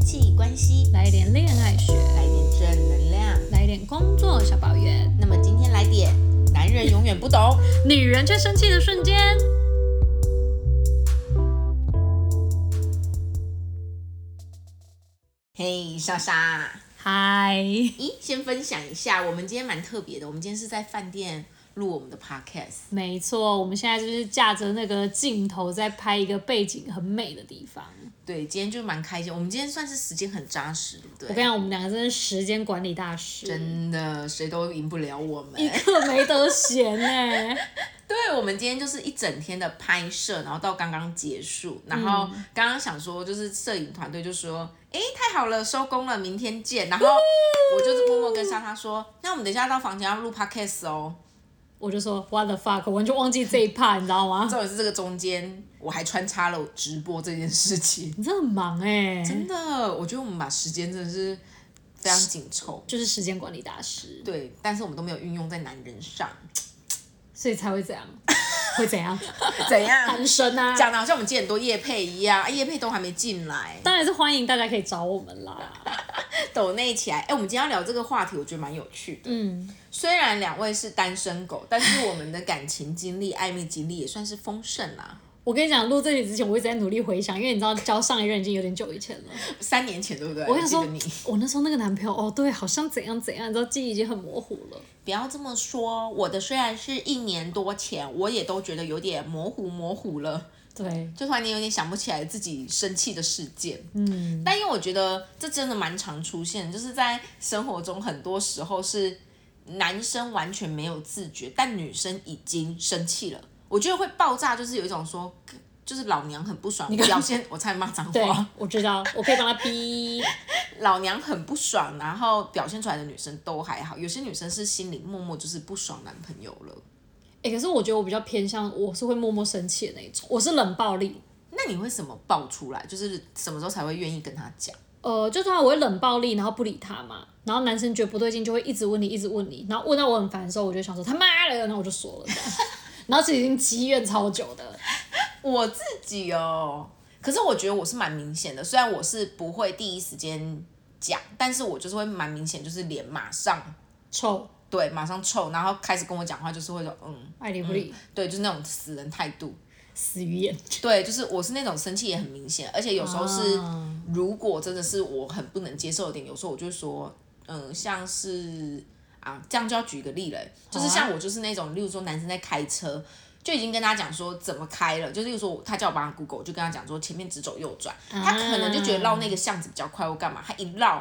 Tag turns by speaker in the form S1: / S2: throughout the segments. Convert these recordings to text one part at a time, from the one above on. S1: 际关系，
S2: 来一点恋爱学，
S1: 来点正能量。
S2: 来一点工作小抱怨，
S1: 那么今天来点男人永远不懂。
S2: 女人却生气的瞬间。
S1: 嘿，莎莎，
S2: 嗨，
S1: 咦，先分享一下，我们今天蛮特别的，我们今天是在饭店录我们的 podcast。
S2: 没错，我们现在就是架着那个镜头在拍一个背景很美的地方。
S1: 对，今天就蛮开心，我们今天算是时间很扎实，对不对？
S2: 我跟你讲，我们两个真是时间管理大师，
S1: 真的，谁都赢不了我们。
S2: 一刻没得闲呢、
S1: 对，我们今天就是一整天的拍摄，然后到刚刚结束，然后刚刚想说，就是摄影团队就说，哎、太好了，收工了，明天见。然后我就是默默跟莎莎说，那我们等一下到房间要录 podcast 哦。
S2: 我就说 What the fuck，我完全忘记这一 part，你知道吗？
S1: 重点是这个中间我还穿插了直播这件事情，
S2: 你真的很忙哎、
S1: 真的，我觉得我们把时间真的是非常紧凑。
S2: 就是时间管理大师，
S1: 对，但是我们都没有运用在男人上，
S2: 所以才会这样，会怎样？
S1: 怎样？
S2: 单身啊，
S1: 讲的好像我们接很多叶配一样，啊叶配都还没进来。
S2: 当然是欢迎大家可以找我们啦。
S1: 抖内起来。哎、我们今天要聊这个话题，我觉得蛮有趣的。
S2: 嗯，
S1: 虽然两位是单身狗，但是我们的感情经历、暧昧经历也算是丰盛啦。
S2: 我跟你讲，录这里之前我一直在努力回想，因为你知道交上一任已经有点久以前了。
S1: 三年前对不对？
S2: 我想
S1: 记
S2: 说
S1: 得你，
S2: 我那时候那个男朋友，哦，对，好像怎样怎样，你知道记忆已经很模糊了。
S1: 不要这么说。我的虽然是一年多前，我也都觉得有点模糊模糊了，
S2: 对，
S1: 就突然间有点想不起来自己生气的事件。
S2: 嗯，
S1: 但因为我觉得这真的蛮常出现，就是在生活中很多时候是男生完全没有自觉，但女生已经生气了。我觉得会爆炸，就是有一种说，就是老娘很不爽，表现我差点骂脏
S2: 对
S1: 话，，
S2: 我知道，我可以帮他逼。
S1: 老娘很不爽，然后表现出来的女生都还好，有些女生是心里默默就是不爽男朋友了。
S2: 哎、可是我觉得我比较偏向，我是会默默生气的那一种，我是冷暴力。
S1: 那你会什么爆出来？就是什么时候才会愿意跟他讲？
S2: 呃，就是他我会冷暴力，然后不理他嘛，然后男生觉得不对劲，就会一直问你，一直问你，然后问到我很烦的时候，我就想说他妈的，然后我就说了 这样，然后其实已经积怨超久的，
S1: 我自己哦，可是我觉得我是蛮明显的，虽然我是不会第一时间讲，但是我就是会蛮明显，就是脸马上
S2: 臭，
S1: 对马上臭，然后开始跟我讲话就是会说嗯，
S2: 爱理不理，
S1: 对，就是那种死人态度，
S2: 死鱼眼。
S1: 对，就是我是那种生气也很明显，而且有时候是、
S2: 啊
S1: 如果真的是我很不能接受的点，有时候我就会说嗯，像是啊，这样就要举个例了，欸就是
S2: 好啊
S1: 像我就是那种，例如说男生在开车。就已经跟他讲说怎么开了，就是例如说我他叫我帮他 Google，我就跟他讲说前面直走右转，他可能就觉得绕那个巷子比较快或干嘛，他一绕，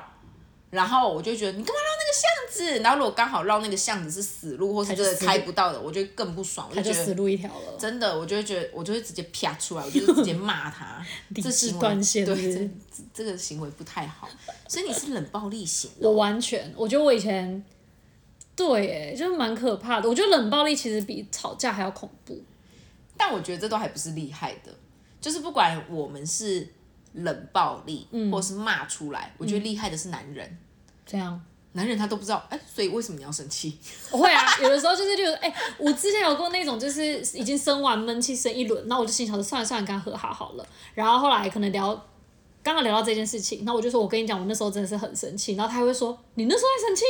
S1: 然后我就觉得你干嘛绕那个巷子？然后如果刚好绕那个巷子是死路或是
S2: 他就
S1: 真的
S2: 死路
S1: 开不到的，我就更不爽，我
S2: 他
S1: 就
S2: 就
S1: 觉
S2: 死
S1: 得。
S2: 路一条了。
S1: 真的，我就会觉得，我就会直接啪出来，我就直接骂他， 这
S2: 智
S1: 行为
S2: 断线
S1: 对，
S2: 是不
S1: 这
S2: 是
S1: 这这个行为不太好，所以你是冷暴力型的
S2: 我完全，我觉得我以前，对，哎，就是蛮可怕的。我觉得冷暴力其实比吵架还要恐怖。
S1: 但我觉得这都还不是厉害的，就是不管我们是冷暴力，
S2: 嗯
S1: 或是骂出来，我觉得厉害的是男人，
S2: 这样，
S1: 男人他都不知道，哎、所以为什么你要生气？
S2: 我会啊， 有的时候就是，就是，哎、我之前有过那种，就是已经生完闷气生一轮，那我就心想说，算了算了，跟他和好好了。然后后来可能聊，刚好聊到这件事情，那我就说，我跟你讲，我那时候真的是很生气。然后他还会说，你那时候还生气，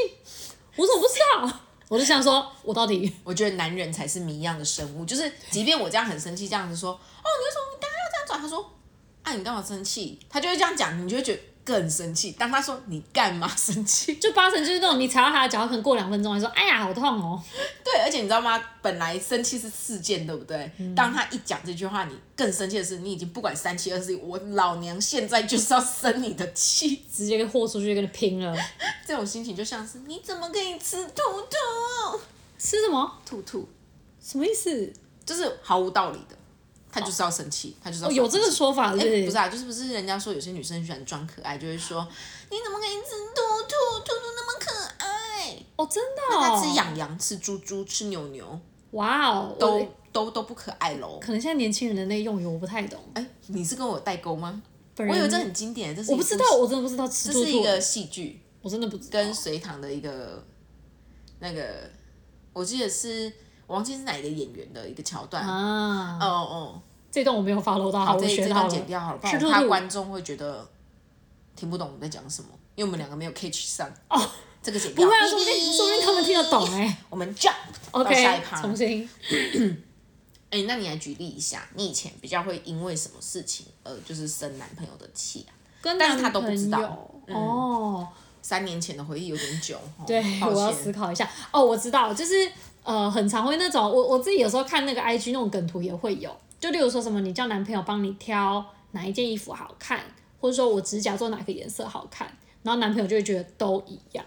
S2: 我怎么不知道？我就想说，我到底
S1: 我觉得男人才是谜一样的生物，就是即便我这样很生气，这样子说，哦，你为什么你刚刚要这样转？他说，啊，你干嘛生气？他就会这样讲，你就会觉得更生气。当他说你干嘛生气？
S2: 就八成就是那种，你踩到他的脚，可能过两分钟还说，哎呀，好痛哦。
S1: 对，而且你知道吗？本来生气是事件，对不对？
S2: 嗯
S1: 当他一讲这句话，你更生气的是，你已经不管三七二十一，我老娘现在就是要生你的气。
S2: 直接跟豁出去跟他拼了。
S1: 这种心情就像是你怎么可以吃兔兔？
S2: 吃什么？
S1: 兔兔
S2: 什么意思？
S1: 就是毫无道理的，他就是要生气，他就是要
S2: 哦，有
S1: 生
S2: 这
S1: 气
S2: 个说法是不
S1: 哎、
S2: 是？
S1: 不是啊，就是不是人家说有些女生喜欢装可爱，就会说你怎么可以吃兔兔？兔兔那么可爱，
S2: 哦，真的、哦。
S1: 那她吃养羊、吃猪猪、吃牛牛
S2: 哇哦，我
S1: 都都都不可爱喽。
S2: 可能现在年轻人的那用语我不太懂。
S1: 哎、你是跟我代沟吗？
S2: 本
S1: 我
S2: 人
S1: 以为这很经典，这是一
S2: 我不知道，
S1: 部
S2: 我真的不知道吃
S1: 这
S2: 猪
S1: 是
S2: 肚
S1: 一，个戏剧，
S2: 我真的不知道。
S1: 跟隋唐的一个那个，我记得是我忘记是哪一个演员的一个桥段。哦哦
S2: 啊，
S1: 哦，
S2: 这段我没有 follow 到，
S1: 好，
S2: 我
S1: 这
S2: 学
S1: 这
S2: 到
S1: 段
S2: 了
S1: 剪。掉好了，不
S2: 吃
S1: 然
S2: 兔
S1: 我怕
S2: 兔
S1: 观众会觉得听不懂我们在讲什么，因为我们两个没有 catch 上。
S2: 哦，
S1: 这个剪
S2: 不
S1: 掉。
S2: 会啊，说不定说不定他们听得懂哎、
S1: 我们 jump 到下一
S2: OK，
S1: 趴。
S2: 重新。
S1: 哎、那你来举例一下，你以前比较会因为什么事情而就是生男朋友的气啊？
S2: 跟
S1: 但是他
S2: 男
S1: 都不知
S2: 朋
S1: 道嗯
S2: 友哦，
S1: 三年前的回忆有点久，哦
S2: 对，
S1: 抱
S2: 我要
S1: 歉
S2: 思考一下。哦，我知道，就是呃，很常会那种，我我自己有时候看那个 IG 那种梗图也会有，就例如说什么，你叫男朋友帮你挑哪一件衣服好看，或者说我指甲做哪个颜色好看，然后男朋友就会觉得都一样，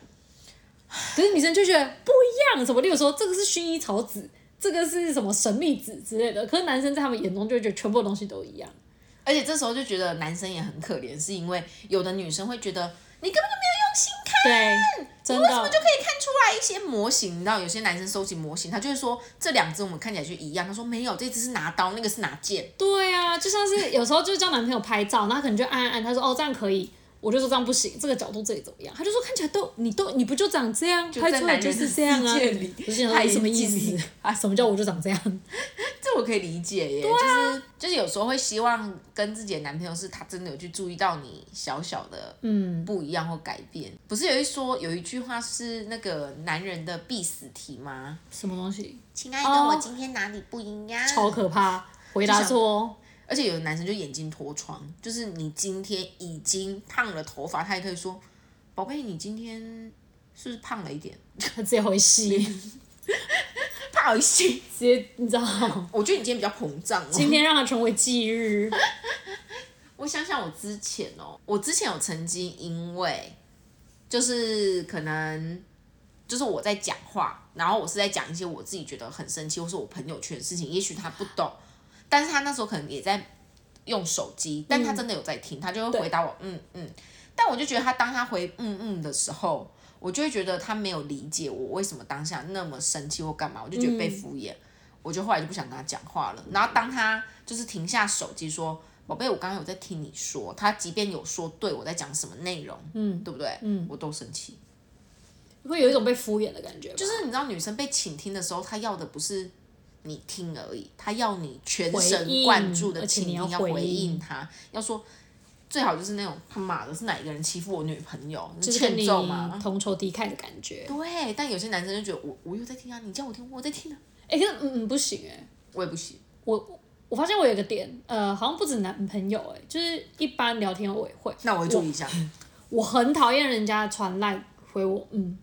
S2: 可是女生就觉得不一样，什么例如说这个是薰衣草籽，这个是什么神秘籽之类的，可是男生在他们眼中就会觉得全部东西都一样。
S1: 而且这时候就觉得男生也很可怜，是因为有的女生会觉得你根本就没有用心看，
S2: 对，真的，
S1: 就可以看出来一些模型。你知道有些男生收集模型，他就会说这两只我们看起来就一样，他说没有，这只是拿刀，那个是拿剑。
S2: 对啊，就像是有时候就叫男朋友拍照，然后他可能就按按按，他说哦这样可以，我就说这样不行，这个角度这里怎么样？他就说看起来都你都你不就长这样，
S1: 就
S2: 拍
S1: 在
S2: 出来
S1: 男
S2: 就
S1: 人
S2: 是
S1: 的
S2: 这样啊
S1: 世界里。
S2: 我就想
S1: 他
S2: 说
S1: 已
S2: 什么意
S1: 经尽
S2: 思 啊
S1: 力？
S2: 什么叫我就长这样？
S1: 这我可以理解耶，
S2: 啊
S1: 就是就是有时候会希望跟自己的男朋友是他真的有去注意到你小小的
S2: 嗯，
S1: 不一样或改变。不是有一说有一句话是那个男人的必死题吗？
S2: 什么东西
S1: 亲爱的，
S2: 哦
S1: 我今天哪里不一样？
S2: 超可怕？回答说
S1: 而且有的男生就眼睛脱窗，就是你今天已经烫了头发，他也可以说：“宝贝，你今天是不是胖了一点
S2: 他直接回吸，直？”
S1: 不好意思，
S2: 接你知道，
S1: 我觉得你今天比较膨胀哦。
S2: 今天让他成为忌日，
S1: 我想想，我之前哦，我之前有曾经因为，就是可能，就是我在讲话，然后我是在讲一些我自己觉得很生气，或是我朋友圈的事情，也许他不懂，但是他那时候可能也在用手机，但他真的有在听，他就会
S2: 对
S1: 回答我，嗯嗯，但我就觉得他当他回嗯嗯的时候，我就会觉得他没有理解我为什么当下那么生气或干嘛，我就觉得被敷衍。我就后来就不想跟他讲话了。然后当他就是停下手机说：“宝贝，我刚刚有在听你说。”他即便有说对我在讲什么内容，嗯，对不对？嗯，我都生气。
S2: 会有一种被敷衍的感觉吧，
S1: 就是你知道，女生被倾听的时候，她要的不是你听而已，她要你全神贯注的倾听，
S2: 回应而且你
S1: 要
S2: 要回应
S1: 回应她，嗯要说最好就是那种他妈的是哪一个人欺负我女朋友，你
S2: 就是跟
S1: 欠
S2: 你
S1: 揍吗？
S2: 同仇敌忾的感觉。
S1: 对，但有些男生就觉得我我又在听啊，你叫我听，我在听啊，
S2: 哎，可是嗯嗯不行哎，
S1: 我也不行。
S2: 我我发现我有一个点，呃，好像不止男朋友、欸，哎，就是一般聊天我也会，
S1: 那我 会注意一下。
S2: 我很讨厌人家传赖回我，嗯，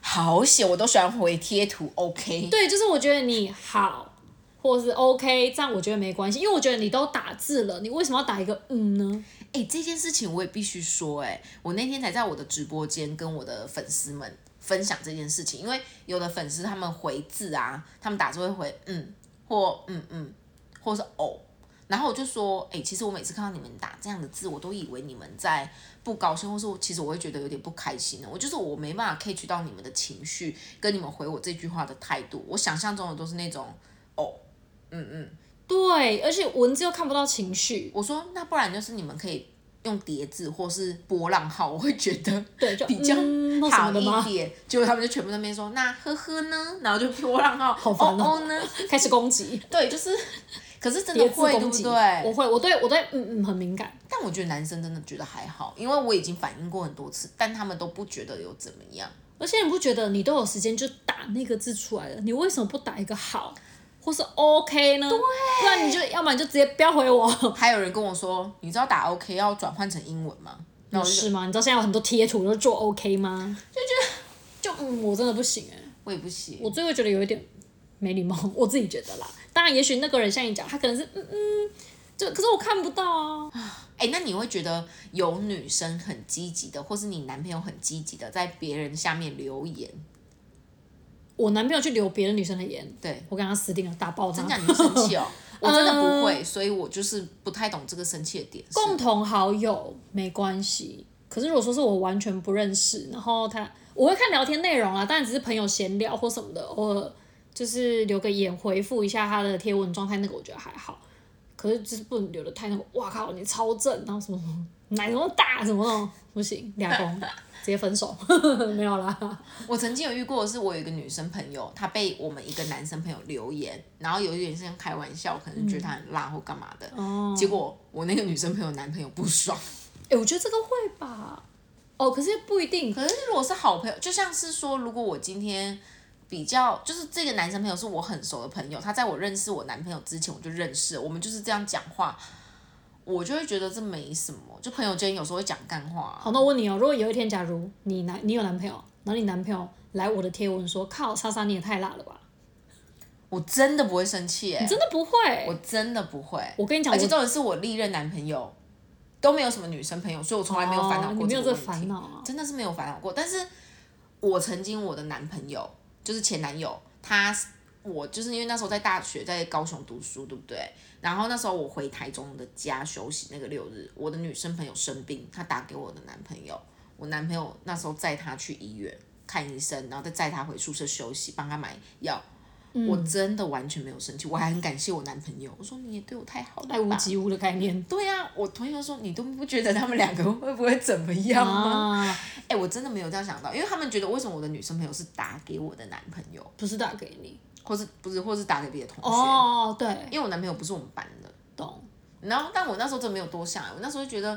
S1: 好险，我都喜欢回贴图，OK。
S2: 对，就是我觉得你好，或者是 OK，这样我觉得没关系，因为我觉得你都打字了，你为什么要打一个嗯呢？
S1: 哎、这件事情我也必须说、哎，我那天才在我的直播间跟我的粉丝们分享这件事情，因为有的粉丝他们回字啊，他们打字会回嗯或嗯嗯，或是哦，然后我就说，哎、其实我每次看到你们打这样的字，我都以为你们在不高兴，或是我其实我会觉得有点不开心哦的，我就是我没办法 catch 到你们的情绪，跟你们回我这句话的态度，我想象中的都是那种哦，嗯嗯，
S2: 对，而且文字又看不到情绪，
S1: 我说那不然就是你们可以用叠字或是波浪号，我会觉得
S2: 对，就
S1: 比较
S2: 嗯或什
S1: 好
S2: 么的
S1: 一
S2: 吗？
S1: 点。结果他们就全部在那边说那呵呵呢，然后就波浪号，
S2: 好烦哦
S1: 哦哦呢，
S2: 开始攻击，
S1: 对，就是，可是真的
S2: 叠字
S1: 会对
S2: 攻
S1: 不
S2: 击，
S1: 对？
S2: 我会，我对我对嗯嗯很敏感，
S1: 但我觉得男生真的觉得还好，因为我已经反映过很多次，但他们都不觉得有怎么样。
S2: 而且你不觉得你都有时间就打那个字出来了，你为什么不打一个好或是 OK 呢？对，不然你就要不然你就直接不要回我。
S1: 还有人跟我说，你知道打 OK 要转换成英文吗？那我就觉
S2: 是
S1: 得
S2: 吗？你知道现在有很多贴图都做 OK 吗？就觉得就嗯，我真的不行哎、
S1: 我也不行，
S2: 我最会觉得有一点没礼貌，我自己觉得啦。当然，也许那个人像你讲，他可能是嗯嗯，就可是我看不到啊。
S1: 哎、那你会觉得有女生很积极的，或是你男朋友很积极的，在别人下面留言，
S2: 我男朋友去留别的女生的言，
S1: 对，
S2: 我跟他死定了，打爆他
S1: 真。假你会生气 哦？我真的不
S2: 嗯
S1: 会，所以我就是不太懂这个生气的点。是
S2: 共同好友没关系，可是如果说是我完全不认识，然后他我会看聊天内容啦，啊但只是朋友闲聊或什么的，偶尔就是留个言回复一下他的贴文状态，那个我觉得还好。可是就是不能留的太那个，哇靠，你超正，然后什么什么奶那么大，什么那种不行，俩公直接分手， 没有啦。
S1: 我曾经有遇过的是，我有一个女生朋友，她被我们一个男生朋友留言，然后有一点像嗯哦开玩笑，可能觉得她很辣或干嘛的。结果我那个女生朋友男朋友不爽，
S2: 哎，我觉得这个会吧。哦，可是不一定。
S1: 可是如果是好朋友，就像是说，如果我今天比较，就是这个男生朋友是我很熟的朋友，他在我认识我男朋友之前我就认识了，我们就是这样讲话，我就会觉得这没什么。就朋友间有时候会讲干话，啊
S2: 好，那我问你哦，如果有一天，假如你男你有男朋友，然后你男朋友来我的贴文说：“靠，莎莎你也太辣了吧
S1: 我真的不会生气、！”
S2: 你
S1: 欸，
S2: 真的不会。
S1: 我真的不会。
S2: 我跟你讲，
S1: 而且
S2: 我
S1: 重点是我历任男朋友都没有什么女生朋友，所以我从来没有烦恼
S2: 哦你
S1: 过
S2: 没有
S1: 个
S2: 这
S1: 问题。
S2: 烦恼啊。
S1: 真的是没有烦恼过。但是我曾经我的男朋友就是前男友，他是我就是因为那时候在大学在高雄读书，对不对？然后那时候我回台中的家休息那个六日，我的女生朋友生病，她打给我的男朋友，我男朋友那时候载她去医院看医生，然后再载她回宿舍休息，帮她买药。
S2: 嗯
S1: 我真的完全没有生气，我还很感谢我男朋友。我说你也对我太好了吧，
S2: 爱屋及乌的概念
S1: 对啊，我朋友说你都不觉得他们两个会不会怎么样吗？
S2: 啊，
S1: 哎、我真的没有这样想到，因为他们觉得为什么我的女生朋友是打给我的男朋友，
S2: 不是打给你
S1: 或是不是，或是打给别的同学
S2: 哦，对，
S1: 因为我男朋友不是我们班的。
S2: 懂。
S1: 然后，但我那时候真的没有多想，我那时候就觉得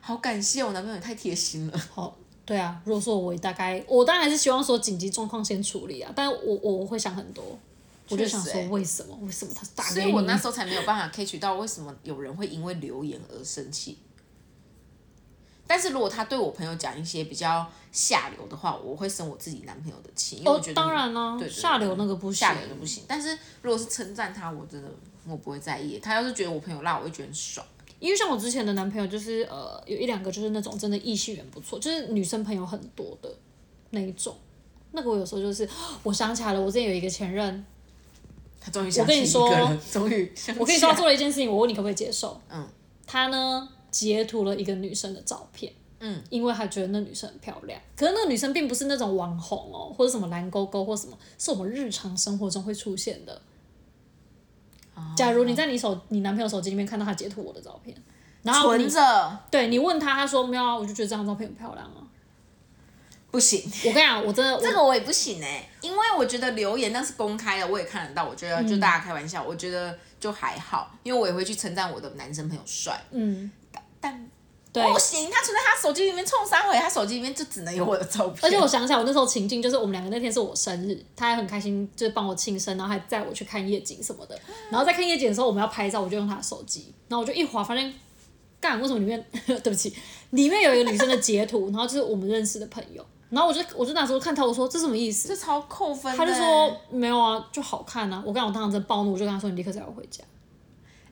S1: 好感谢哦我男朋友也太贴心了。
S2: 好，对啊，如果说我大概，我当然还是希望说紧急状况先处理啊，但我我我会想很多，我就
S1: 确实
S2: 想说
S1: 欸
S2: 为什么为什么他是打
S1: 所
S2: 给
S1: 以
S2: 你哦
S1: 我？那时候才没有办法 catch 到为什么有人会因为留言而生气。但是如果他对我朋友讲一些比较下流的话，我会生我自己男朋友的气，因为我
S2: 哦
S1: 觉得、，
S2: 当然啦、
S1: 对对对
S2: 下流那个不行
S1: 下，流就不行。但是如果是称赞他，我真的我不会在意。他要是觉得我朋友辣，我会觉得很爽。
S2: 因为像我之前的男朋友就是呃有一两个就是那种真的异性缘不错，就是女生朋友很多的那一种。那个我有时候就是，我想起来了，我之前有一个前任，
S1: 他终于想
S2: 我跟
S1: 起
S2: 你
S1: 一
S2: 说
S1: 个人，终于想起
S2: 我跟你说他做了一件事情，我问你可不可以接受？
S1: 啊嗯，
S2: 他呢截图了一个女生的照片，
S1: 嗯，
S2: 因为他觉得那女生很漂亮，可是那个女生并不是那种网红哦，或者什么蓝勾勾或什么，是我们日常生活中会出现的。
S1: 哦
S2: 假如你在你手你男朋友手机里面看到他截图我的照片，然后你
S1: 存着
S2: 对你问他，他说没有啊，我就觉得这张照片很漂亮啊。
S1: 不行，
S2: 我跟你讲，我真的我
S1: 这个我也不行哎、因为我觉得留言那是公开的，我也看得到，我觉得
S2: 嗯
S1: 就大家开玩笑，我觉得就还好，因为我也会去称赞我的男生朋友帅，
S2: 嗯，
S1: 但
S2: 对，
S1: 不行，他存在他手机里面冲三回，他手机里面就只能有我的照片，
S2: 而且我想起来，我那时候情境就是我们两个那天是我生日，他还很开心，就是帮我庆生，然后还载我去看夜景什么的。然后在看夜景的时候，我们要拍照，我就用他的手机，然后我就一滑发现，干，为什么里面 对不起，里面有一个女生的截图，然后就是我们认识的朋友，然后我就我就那时候看他，我说这什么意思？
S1: 这超扣分的、
S2: 他就说没有啊，就好看啊。我跟我当时真暴怒，我就跟他说你立刻载我回家。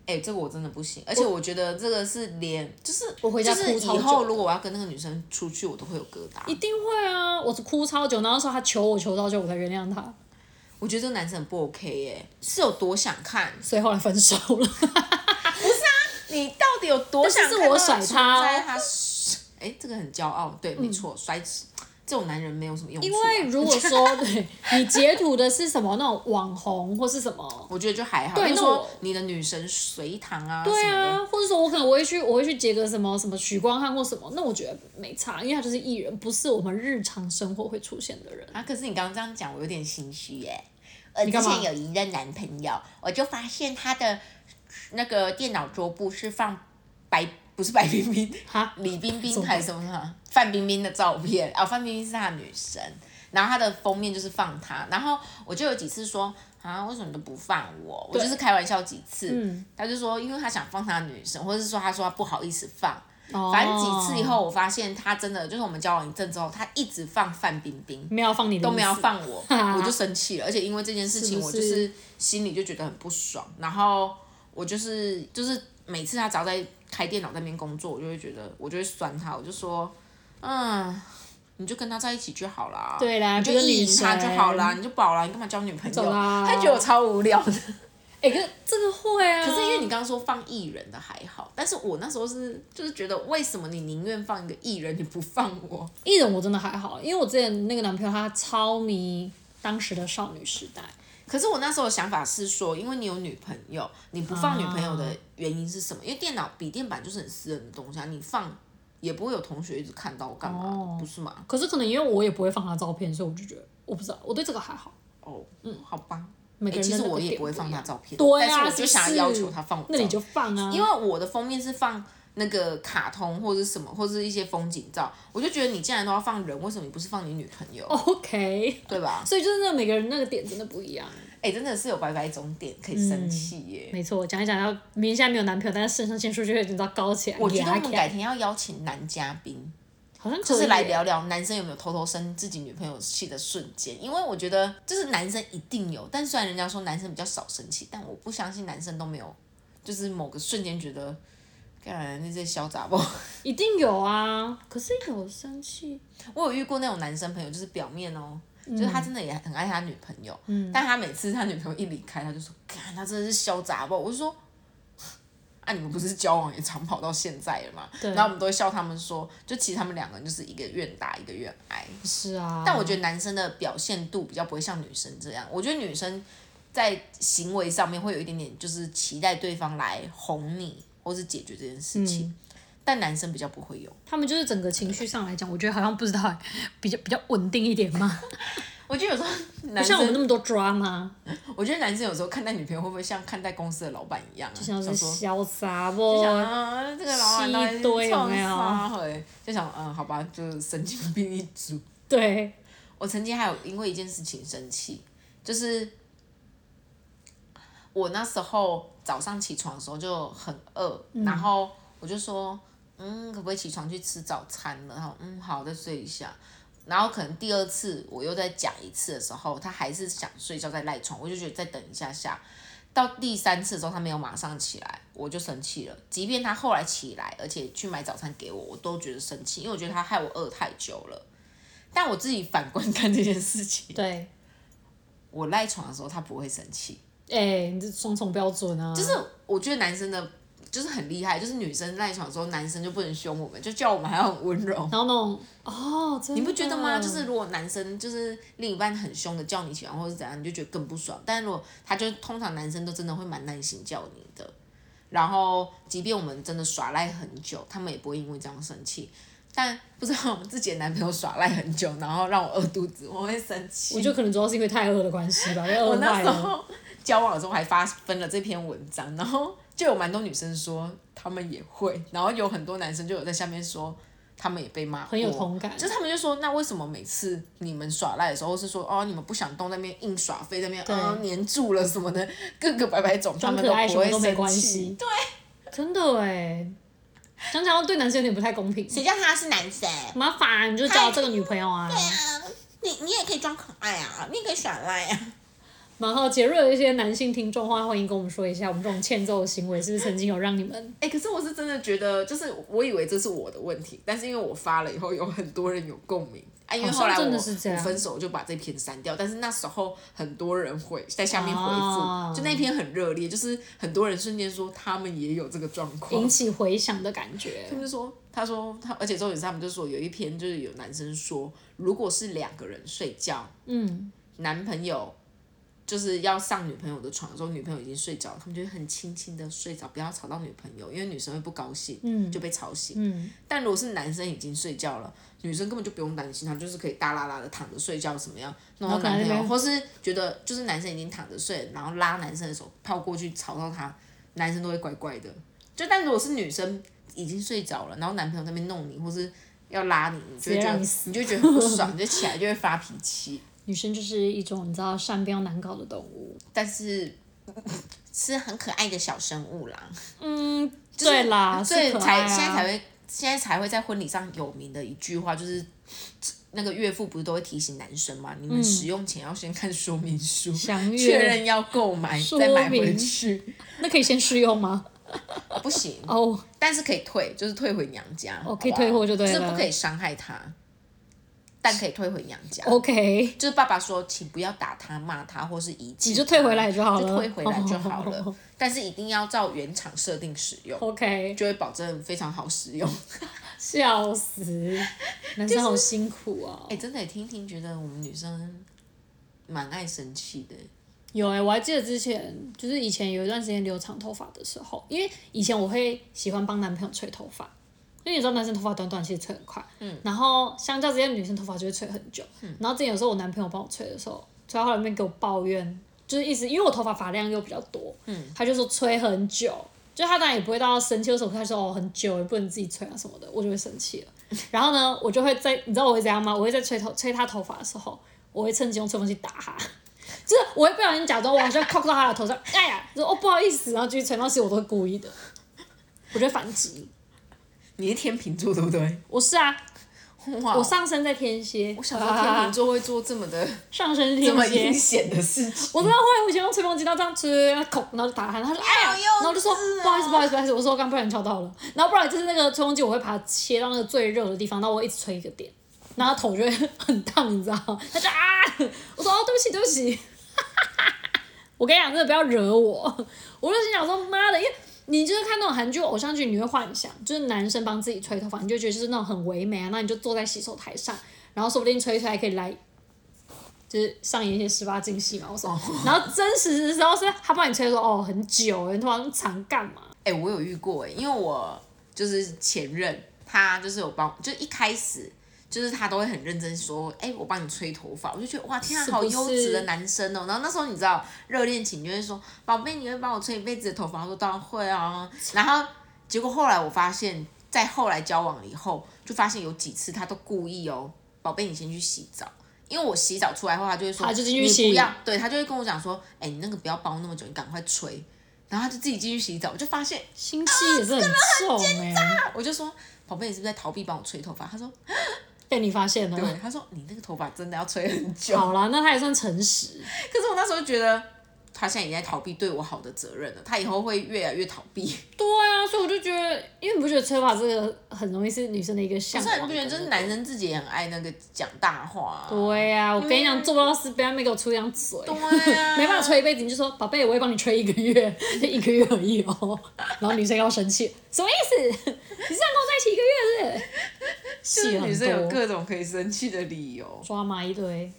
S1: 哎、这个我真的不行，而且我觉得这个是连就是
S2: 我回家
S1: 就
S2: 哭
S1: 是
S2: 超
S1: 以
S2: 久
S1: 后
S2: 的
S1: 如果我要跟那个女生出去，我都会有疙瘩，
S2: 一定会啊！我哭超久，然后说他求我求到久，我才原谅他，
S1: 我觉得这个男生很不 OK 哎、是有多想看，
S2: 所以后来分手了。
S1: 你到底有多想看到
S2: 但是我甩他哦嗯
S1: 在他手，哎、这个很骄傲，对，没错，甩这种男人没有什么用处啊、
S2: 因为如果 说对你截图的是什么那种网红或是什么，
S1: 我觉得就还好，就
S2: 对
S1: 是
S2: 那
S1: 说
S2: 我
S1: 你的女神隋唐啊，
S2: 对
S1: 什么的，
S2: 啊，或者说我可能我会去我会去截个什么什么许光汉或什么，那我觉得没差，因为他就是艺人，不是我们日常生活会出现的人。
S1: 啊，可是你刚刚这样讲，我有点心虚耶。呃我之
S2: 你干嘛
S1: 前有一任男朋友，我就发现他的那个电脑桌布是放白，不是白冰冰，
S2: 哈，
S1: 李冰
S2: 什
S1: 冰
S2: 么
S1: 还是什么啊范冰冰的照片啊、范冰冰是他的女神，然后他的封面就是放她，然后我就有几次说啊，为什么都不放我？我
S2: 对
S1: 就是开玩笑几次，
S2: 嗯
S1: 他就说因为他想放他的女神，或者是说他说他不好意思放，
S2: 哦
S1: 反正几次以后我发现他真的就是我们交往一阵之后，他一直放范冰冰。
S2: 没有放你的
S1: 都没有
S2: 意思，
S1: 放我，我就生气了。而且因为这件事情，
S2: 是不
S1: 我
S2: 是
S1: 就是心里就觉得很不爽。然后我就是就是每次他只要在开电脑在那边工作，我就会觉得我就会酸他，我就说，嗯，你就跟他在一起就好啦，
S2: 对啦
S1: 你就
S2: 这个女
S1: 意淫他就
S2: 神
S1: 好啦，你就饱啦，你干嘛交女朋
S2: 走
S1: 友？
S2: 啦
S1: 他觉得我超无聊的。
S2: 哎、可是这个会啊，
S1: 可是因为你刚刚说放艺人的还好，但是我那时候是就是觉得为什么你宁愿放一个艺人，你不放我？
S2: 艺人我真的还好，因为我之前那个男朋友他超迷当时的少女时代，
S1: 可是我那时候的想法是说，因为你有女朋友，你不放女朋友
S2: 啊
S1: 的原因是什么？因为电脑笔电板就是很私人的东西啊，你放也不会有同学一直看到我干嘛，
S2: 哦
S1: 不是吗？
S2: 可是可能因为我也不会放他照片，所以我就觉得我不知道，我对这个还好。
S1: 哦，嗯，好吧。
S2: 每
S1: 欸
S2: 个人
S1: 其
S2: 的
S1: 实
S2: 那个
S1: 我
S2: 点
S1: 也
S2: 不
S1: 不会
S2: 一
S1: 放
S2: 样
S1: 他照片，
S2: 对啊
S1: 但是我就想要要求他放我照
S2: 那你
S1: 片，
S2: 就放啊，
S1: 因为我的封面是放那个卡通或者是什么，或者是一些风景照，我就觉得你既然都要放人，为什么你不是放你女朋友？
S2: 哦 OK，
S1: 对吧？
S2: 所以就是那每个人那个点真的不一样。
S1: 哎、真的是有白白种点可以
S2: 嗯
S1: 生气耶。
S2: 没错，我讲一讲，要明明现在没有男朋友，但是肾上腺素就会你知道高起来。
S1: 我觉得我
S2: 压
S1: 们
S2: 起来
S1: 改天要邀请男嘉宾，
S2: 好像
S1: 就
S2: 可
S1: 是
S2: 以
S1: 来
S2: 耶
S1: 聊聊男生有没有偷偷生自己女朋友气的瞬间，因为我觉得就是男生一定有，但虽然人家说男生比较少生气，但我不相信男生都没有，就是某个瞬间觉得，干那些小杂包。
S2: 一定有啊，可是有生气，
S1: 我有遇过那种男生朋友，就是表面哦，
S2: 嗯
S1: 就是他真的也很爱他女朋友，但他每次他女朋友一离开，他就说：“看他真的是潇洒吧？”我就说：“啊，你们不是交往也长跑到现在了吗？”
S2: 对
S1: 然后我们都会笑他们说，就其实他们两个人就是一个愿打一个愿挨，
S2: 是啊。
S1: 但我觉得男生的表现度比较不会像女生这样，我觉得女生在行为上面会有一点点就是期待对方来哄你或是解决这件事情，
S2: 嗯
S1: 但男生比较不会有。
S2: 他们就是整个情绪上来讲，我觉得好像不知道欸，比较比较稳定一点嘛，
S1: 我觉得有时候
S2: 不
S1: 男
S2: 像我
S1: 生
S2: 们那么多 drama，
S1: 我觉得男生有时候看待女朋友会不会像看待公司的老板一样、啊，
S2: 就像是
S1: 想说，
S2: 潇洒
S1: 就想
S2: 不？
S1: 啊，这个老板到底
S2: 吸
S1: 是
S2: 一堆有
S1: 冲
S2: 没有
S1: 啥回，就想嗯，好吧，就是神经病一族。
S2: 对，
S1: 我曾经还有因为一件事情生气，就是我那时候早上起床的时候就很饿，然后我就说，嗯，可不可以起床去吃早餐了？然后嗯，好，再睡一下。然后可能第二次我又再讲一次的时候，他还是想睡觉，在赖床，我就觉得再等一下下。到第三次的时候，他没有马上起来，我就生气了。即便他后来起来，而且去买早餐给我，我都觉得生气，因为我觉得他害我饿太久了。但我自己反观看这件事情，
S2: 对，
S1: 我赖床的时候他不会生气，
S2: 哎、你这双重标准啊！
S1: 就是我觉得男生的，就是很厉害，就是女生赖床的时候，男生就不能凶我们，就叫我们还要很温柔。
S2: 然后那种哦，真的
S1: 你不觉得吗？就是如果男生就是另一半很凶的叫你起床或是怎样，你就觉得更不爽。但如果他就通常男生都真的会蛮耐心叫你的，然后即便我们真的耍赖很久，他们也不会因为这样生气。但不知道自己的男朋友耍赖很久，然后让我饿肚子，我会生气。
S2: 我觉得可能主要是因为太饿的关系吧，被饿
S1: 我那
S2: 坏
S1: 时
S2: 了。
S1: 候 交往的时候还发分了这篇文章，然后就有蛮多女生说他们也会，然后有很多男生就有在下面说他们也被骂过，
S2: 很有同感
S1: 就他们就说，那为什么每次你们耍赖的时候，或是说哦你们不想动那边硬耍飞那边
S2: 对
S1: 啊黏住了什么的，各个白白种他
S2: 装
S1: 们
S2: 可爱什
S1: 不
S2: 么
S1: 会
S2: 都没
S1: 生
S2: 关系
S1: 气。。
S2: 对，真的哎，想想要对男生有点不太公平。
S1: 谁叫他是男生？
S2: 麻烦你就交这个女朋友啊。
S1: 啊，你你也可以装可爱啊，你也可以耍赖啊。
S2: 蛮好奇，如果有一些男性听众的话，欢迎跟我们说一下，我们这种欠揍的行为是不是曾经有让你们？
S1: 哎、可是我是真的觉得，就是我以为这是我的问题，但是因为我发了以后，有很多人有共鸣。啊，因为
S2: 好像
S1: 后来我
S2: 真的是这样
S1: 我分手就把这篇删掉，但是那时候很多人回在下面回复，
S2: 哦
S1: 就那篇很热烈，就是很多人瞬间说他们也有这个状况
S2: 引，起回响的感觉
S1: 他，们就说他说他，而且重点是他们就说有一篇就是有男生说，如果是两个人睡觉，
S2: 嗯，
S1: 男朋友就是要上女朋友的床的时候，女朋友已经睡着了，他们就会很轻轻的睡着，不要吵到女朋友，因为女生会不高兴，
S2: 嗯
S1: 就被吵醒。
S2: 嗯，
S1: 但如果是男生已经睡觉了，女生根本就不用担心，她就是可以大啦啦的躺着睡觉，怎么样弄到
S2: 然后可
S1: 男朋
S2: 能
S1: 友，
S2: 那边
S1: 或是觉得就是男生已经躺着睡了，然后拉男生的手靠过去吵到他，男生都会乖乖的。就但如果是女生已经睡着了，然后男朋友在那边弄你，或是要拉你，你就会
S2: 直接
S1: 觉
S2: 让
S1: 得
S2: 你死
S1: 你就会觉得很不爽，你就起来就会发脾气。
S2: 女生就是一种你知道善变又难搞的动物。
S1: 但是是很可爱的小生物啦，
S2: 嗯，对啦，
S1: 所以
S2: 是可
S1: 才、
S2: 爱啊
S1: 现在才会现在才会在婚礼上有名的一句话就是。那个岳父不是都会提醒男生吗？你们
S2: 嗯
S1: 使用前要先看说明书，
S2: 详阅
S1: 确认要购买
S2: 说
S1: 再买回
S2: 明
S1: 去。
S2: 那可以先试用吗？
S1: 不行，
S2: 哦，
S1: 但是可以退，就是退回娘家。
S2: 哦可以
S1: 好不好
S2: 退货就对了
S1: 就是不可以伤害他，但可以退回娘家。
S2: 哦 OK，
S1: 就是爸爸说，请不要打他、骂他，或是遗弃他，
S2: 你就退回来就好了
S1: 就退回来就好了。
S2: 哦
S1: 但是一定要照原厂设定使用，
S2: OK，
S1: 就会保证非常好使用。
S2: 哦笑死，男生好辛苦哦。
S1: 哎、真的耶听一听，觉得我们女生蛮爱生气的耶。
S2: 有哎、我还记得之前就是以前有一段时间留长头发的时候，因为以前我会喜欢帮男朋友吹头发，因为你知道男生头发短短，其实吹很快，嗯，然后相较之下女生头发就会吹很久，嗯，然后之前有时候我男朋友帮我吹的时候，吹到后来面给我抱怨，就是一直因为我头发发量又比较多，嗯，他就说吹很久，就他当然也不会到生气，为什么他说哦很久也不能自己吹啊什么的，我就会生气 了。然后呢，我就会在你知道我会怎样吗？我会在吹头吹他头发的时候，我会趁机用吹风机打他，就是 我会不小心假装我好像靠到他的头上，哎呀，就说哦不好意思，然后继续吹，那其实我都是故意的，我就会反击。
S1: 你是天秤座对不对？
S2: 我是啊，
S1: 哇，
S2: 我上升在天蝎，
S1: 我想说天秤座会做这么 的
S2: 上升
S1: 这么
S2: 天
S1: 阴
S2: 蝎。
S1: 险的事情。
S2: 我真的会，我以前用吹风机，然后这样吹，然后口，然后就打他，然后他说哎呀
S1: 幼，
S2: 然后我就说
S1: 稚
S2: 不好意思，不好意思，不好意思，我说我刚不小心敲到了，然后不然就是那个吹风机，我会把它切到那个最热的地方，然后我一直吹一个点，然后他头就会 很烫，你知道吗？他就啊，我说哦，对不起，对不起， 我跟你讲，真的不要惹我，我就心想说妈的，因为。你就是看那种韩剧、偶像剧，你会幻想，就是男生帮自己吹头发，你就觉得就是那种很唯美啊，那你就坐在洗手台上，然后说不定吹一吹还可以来就是上演一些十八禁戏嘛，我说，
S1: 哦
S2: 然后真实的时候是他帮你吹说哦很久，你突然长干嘛？
S1: 哎、我有遇过哎、因为我就是前任，他就是有帮，就一开始就是他都会很认真说，哎、我帮你吹头发，我就觉得哇，天啊，
S2: 是不
S1: 好优质的
S2: 是
S1: 男生哦、然后那时候你知道，热恋情就会说，宝贝，你会帮我吹一辈子的头发？我说当然会啊。然后结果后来我发现，在后来交往了以后，就发现有几次他都故意哦、宝贝，你先去洗澡。因为我洗澡出来后，他就会说，
S2: 他就进去
S1: 你
S2: 洗
S1: 不要，对他就会跟我讲说，哎、你那个不要包那么久，你赶快吹。然后他就自己进去洗澡，我就发现
S2: 心机也是很
S1: 啊
S2: 重哎、
S1: 我就说宝贝，你是不是在逃避帮我吹头发？他说
S2: 被你发 现了。
S1: 对，他说你那个头发真的要吹很久。
S2: 好啦，那他也算诚实。
S1: 可是我那时候觉得他现在已经在逃避对我好的责任了，他以后会越来越逃避。
S2: 对啊，所以我就觉得，因为你不觉得吹发这个很容易是女生的一个
S1: 可
S2: 向
S1: 是
S2: 往？
S1: 你不觉得就是？男生自己也很爱那个讲大话、啊？
S2: 对 呀、我跟你讲，做不到事，不要没给我出一张嘴。
S1: 对啊，
S2: 没办法吹一辈子，你就说宝贝，我会帮你吹一个月， 就一个月而已哦。然后女生要生气，什么意思？ 你是想跟我在一起一个月是
S1: 就是
S2: 不是？戏很
S1: 啊女生有
S2: 多
S1: 各种可以生气的理由。
S2: 抓马一堆，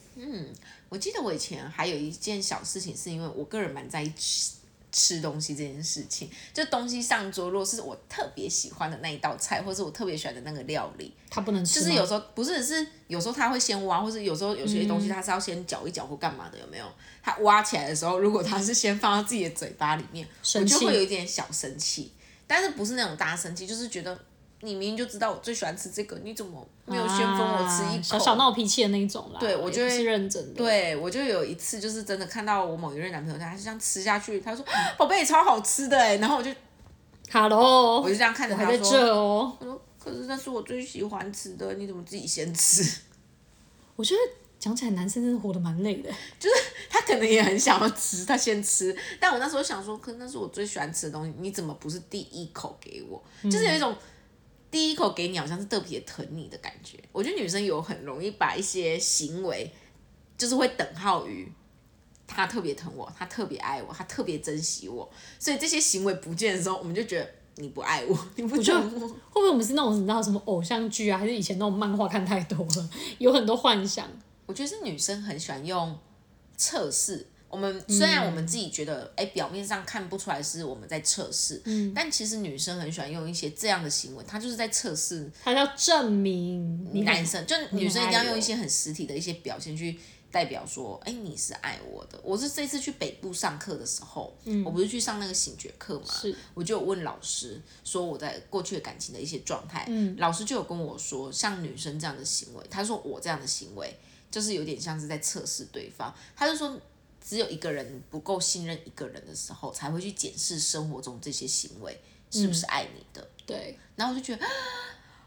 S1: 我记得我以前还有一件小事情，是因为我个人蛮在意吃吃东西这件事情，就东西上桌，如果是我特别喜欢的那一道菜，或是我特别喜欢的那个料理，
S2: 他不能吃
S1: 就
S2: 吗，
S1: 是有时候不是是有时候他会先挖，或是有时候有些
S2: 嗯
S1: 东西他是要先搅一搅或干嘛的，有没有？他挖起来的时候，如果他是先放到自己的嘴巴里面，我
S2: 生
S1: 就
S2: 气
S1: 会有一点小生气，但是不是那种大生气，就是觉得你明明就知道我最喜欢吃这个，你怎么没有先分我吃一口？
S2: 啊小小闹脾气的那一种啦。
S1: 对我
S2: 也
S1: 就
S2: 不
S1: 会
S2: 是认真的。
S1: 对，我就有一次就是真的看到我某一任男朋友，他就这样吃下去， 他说宝贝超好吃的哎，然后我就
S2: ，Hello，
S1: 我就这样看着
S2: 我还
S1: 他
S2: 在
S1: 说，
S2: 这哦。
S1: 我说可是那是我最喜欢吃的，你怎么自己先吃？
S2: 我觉得讲起来，男生真的活得蛮累的。
S1: 他可能也很想要吃，他先吃。但我那时候想说，可那是我最喜欢吃的东西，你怎么不是第一口给我？就是有一种第一口给你好像是特别疼你的感觉。我觉得女生有很容易把一些行为，就是会等号于他特别疼我，他特别爱我，他特别珍惜我，所以这些行为不见的时候，我们就觉得你不爱我，你不
S2: 我觉得
S1: 疼
S2: 会
S1: 我。
S2: 不会我们是那种你知道什么偶像剧啊，还是以前那种漫画看太多了， 有很多幻想。
S1: 我觉得是女生很喜欢用测试。我们虽然我们自己觉得，哎、表面上看不出来是我们在测试，嗯，但其实女生很喜欢用一些这样的行为，她就是在测试
S2: 他要证明你
S1: 男生，就女生一定要
S2: 你爱我
S1: 用一些很实体的一些表现去代表说，哎、你是爱我的。我是这次去北部上课的时候，嗯，我不是去上那个醒觉课嘛，
S2: 是
S1: 我就有问老师说我在过去的感情的一些状态，嗯，老师就有跟我说，像女生这样的行为，他说我这样的行为就是有点像是在测试对方，他就说。只有一个人不够信任一个人的时候，才会去检视生活中这些行为是不
S2: 嗯
S1: 是爱你的。
S2: 对，
S1: 然后我就觉得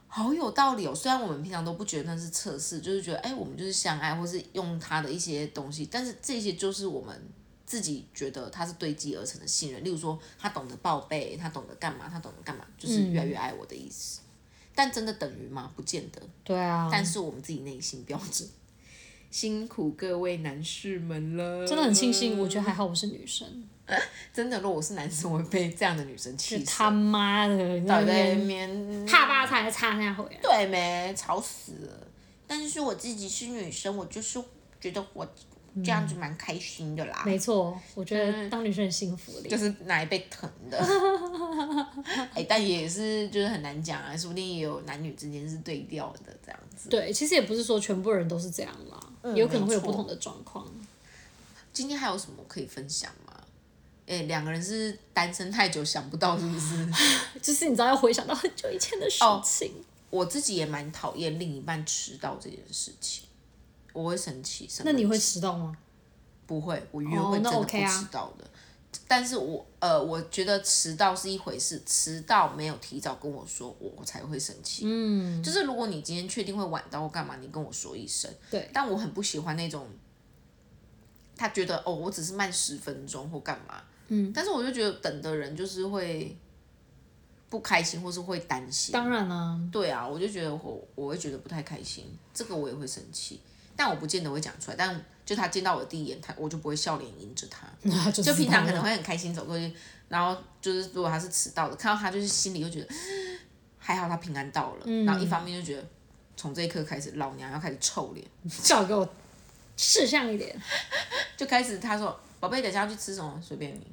S1: 好有道理哦。虽然我们平常都不觉得那是测试，就是觉得哎，我们就是相爱，或是用他的一些东西，但是这些就是我们自己觉得他是堆积而成的信任。例如说，他懂得报备，他懂得干嘛，他懂得干嘛，就是越来
S2: 嗯
S1: 越爱我的意思。但真的等于吗？不见得。
S2: 对啊，
S1: 但是我们自己内心标准。辛苦各位男士们了，
S2: 真的很庆幸，我觉得还好我是女生，
S1: 真的，如果我是男生，我会被这样的女生
S2: 就
S1: 气死。
S2: 他妈的，你
S1: 倒
S2: 在那
S1: 在那
S2: 边
S1: 边
S2: 踏吧踩的插下回来。
S1: 对没，吵死了。但是我自己是女生，我就是觉得我这样子蛮开心的啦，
S2: 嗯没错，我觉
S1: 嗯
S2: 得当女生很幸福的。
S1: 就是奶被疼 的。哎、但也是就是很难讲啊，说不定也有男女之间是对调的这样子。嗯
S2: 对，其实也不是说全部人都是这样啦，也有可能会有不同的状况。
S1: 今天还有什么可以分享吗？哎，两个人是单身太久想不到是不是？
S2: 就是你知道要回想到很久以前的事
S1: 哦
S2: 情。
S1: 我自己也蛮讨厌另一半迟到这件事情，我会生气。生
S2: 那你
S1: 闷
S2: 会
S1: 气
S2: 迟到吗？
S1: 不会？我约
S2: 哦
S1: 会真
S2: 那
S1: 的不
S2: OK 啊
S1: 迟到的。但是我呃，我觉得迟到是一回事，迟到没有提早跟我说，我我才会生气。嗯，就是如果你今天确定会晚到或干嘛，你跟我说一声。
S2: 对，
S1: 但我很不喜欢那种，他觉得哦，我只是慢十分钟或干嘛，嗯，但是我就觉得等的人就是会不开心，或是会担心。
S2: 当然啦、
S1: 对啊，我就觉得我我会觉得不太开心，这个我也会生气，但我不见得会讲出来。但就他见到我第一眼，他我就不会笑脸迎着他，
S2: 就
S1: 就是平常可能
S2: 会
S1: 会很开心走过去，然后就是如果他是迟到的，看到他就是心里就觉得 还好他平安到了，然后一方面就觉得从这一刻开始，老娘要开始臭脸。
S2: 叫给我事项一点，
S1: 就开始他说：“宝贝，等一下要去吃什么？随便你，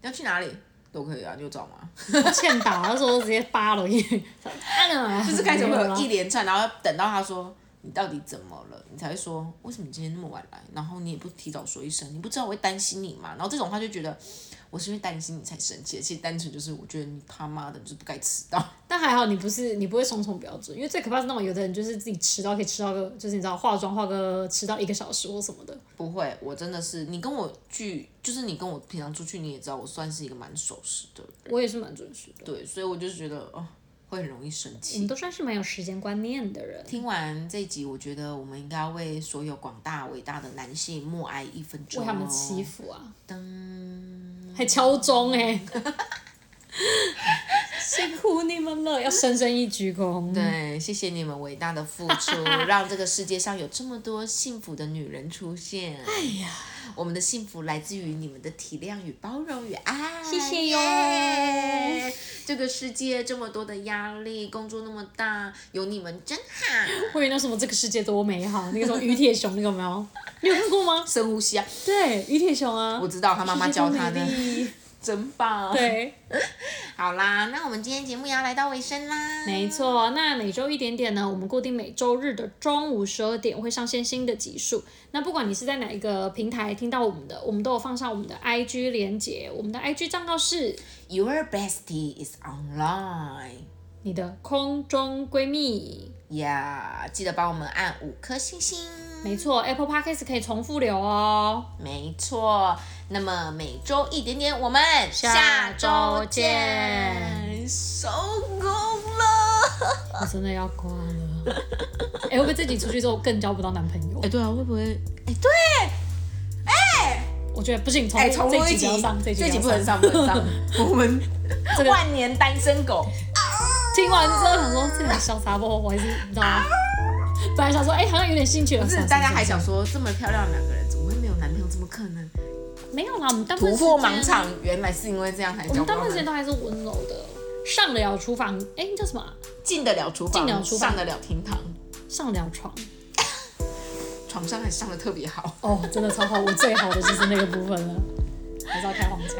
S1: 要去哪里都可以啊，你有找吗
S2: 我欠打， 那时候直接扒了一， 啊，
S1: 就是开始会
S2: 没
S1: 有
S2: 啦
S1: 一连串，然后等到他说你到底怎么了，你才会说为什么你今天那么晚来，然后你也不提早说一声，你不知道我会担心你嘛？然后这种话就觉得我是因为担心你才生气，其实单纯就是我觉得你他妈的就是不该迟到。
S2: 但还好你不是你不会双重标准，因为最可怕是那种有的人就是自己迟到可以迟到个，就是你知道化妆化个迟到一个小时或什么的，
S1: 不会，我真的是你跟我去，就是你跟我平常出去，你也知道我算是一个蛮守时的人，
S2: 我也是蛮准时的。
S1: 对，所以我就是觉得哦会很容易生气。
S2: 你都算是蛮有时间观念的人，
S1: 听完这一集，我觉得我们应该要为所有广大伟大的男性默哀一分钟、
S2: 为
S1: 哦。
S2: 他们祈福啊！噔，还敲钟哎、辛苦你们了，要深深一鞠躬。
S1: 对，谢谢你们伟大的付出，让这个世界上有这么多幸福的女人出现。哎呀，我们的幸福来自于你们的体谅与包容与爱。
S2: 谢谢哟
S1: 耶这个世界这么多的压力，工作那么大，有你们真好。
S2: 会有那什么这个世界多美好，那个什么于铁雄那个有没有？你有看过吗？
S1: 深呼吸啊！
S2: 对，于铁雄啊，
S1: 我知道他妈妈教他的
S2: 世界，多美丽。
S1: 真棒。
S2: 对，
S1: 好啦，那我们今天节目也要来到尾声啦。
S2: 没错。那每周一点点呢，我们固定每周日的中午十二点会上线新的集数。那不管你是在哪一个平台听到我们的，我们都有放上我们的 IG 连接，我们的 IG 账号是
S1: Your bestie is online.
S2: 你的空中闺蜜。
S1: 呀、记得帮我们按五颗星星。
S2: 没错，Apple Podcast 可以重复留哦。
S1: 没错，那么每周一点点，我们
S2: 下周见
S1: 收工了。
S2: 我真的要挂了。 哎、会不会自己出去之后更交不到男朋友？
S1: 对啊，会不会？
S2: 我觉得不行，从
S1: 哎，重录
S2: 这
S1: 一
S2: 集
S1: 集
S2: 不要上，，这
S1: 这集
S2: 集
S1: 不
S2: 不
S1: 能
S2: 能上。
S1: 上，不能上。 我们
S2: 这个
S1: 万年单身狗，
S2: 听完之后想说这里小撒泼，我还是你知 道吗？本来想说，哎、好像有点兴趣了。
S1: 不是
S2: 算了
S1: 大家
S2: 算
S1: 还
S2: 了
S1: 想说这么漂亮的两个人怎么会没有男朋友？怎么可能？
S2: 没有啦，我们大部分
S1: 突破
S2: 时间
S1: 盲，场，原来是因为这样才
S2: 我
S1: 交
S2: 们
S1: 不
S2: 大
S1: 到
S2: 部
S1: 男朋
S2: 分时间
S1: 友。
S2: 都还是温柔的。上得了厨房，哎、叫什么啊、
S1: 进得了厨
S2: 进得了
S1: 房，
S2: 厨房
S1: 上得了厅堂，
S2: 上得 了床。
S1: 床上还上的特别好。
S2: 哦，真的超好，我最好的就是那个部分了，还是要开黄腔。